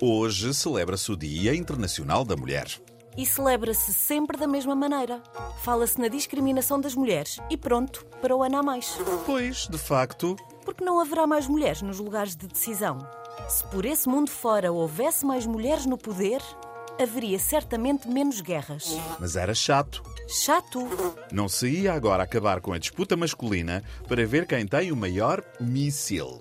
Hoje celebra-se o Dia Internacional da Mulher. E celebra-se sempre da mesma maneira. Fala-se na discriminação das mulheres e pronto, para o ano a mais. Pois, de facto, Porque não haverá mais mulheres nos lugares de decisão. Se por esse mundo fora houvesse mais mulheres no poder, haveria certamente menos guerras. mas era chato. Chato! Não se ia agora acabar com a disputa masculina para ver quem tem o maior míssil.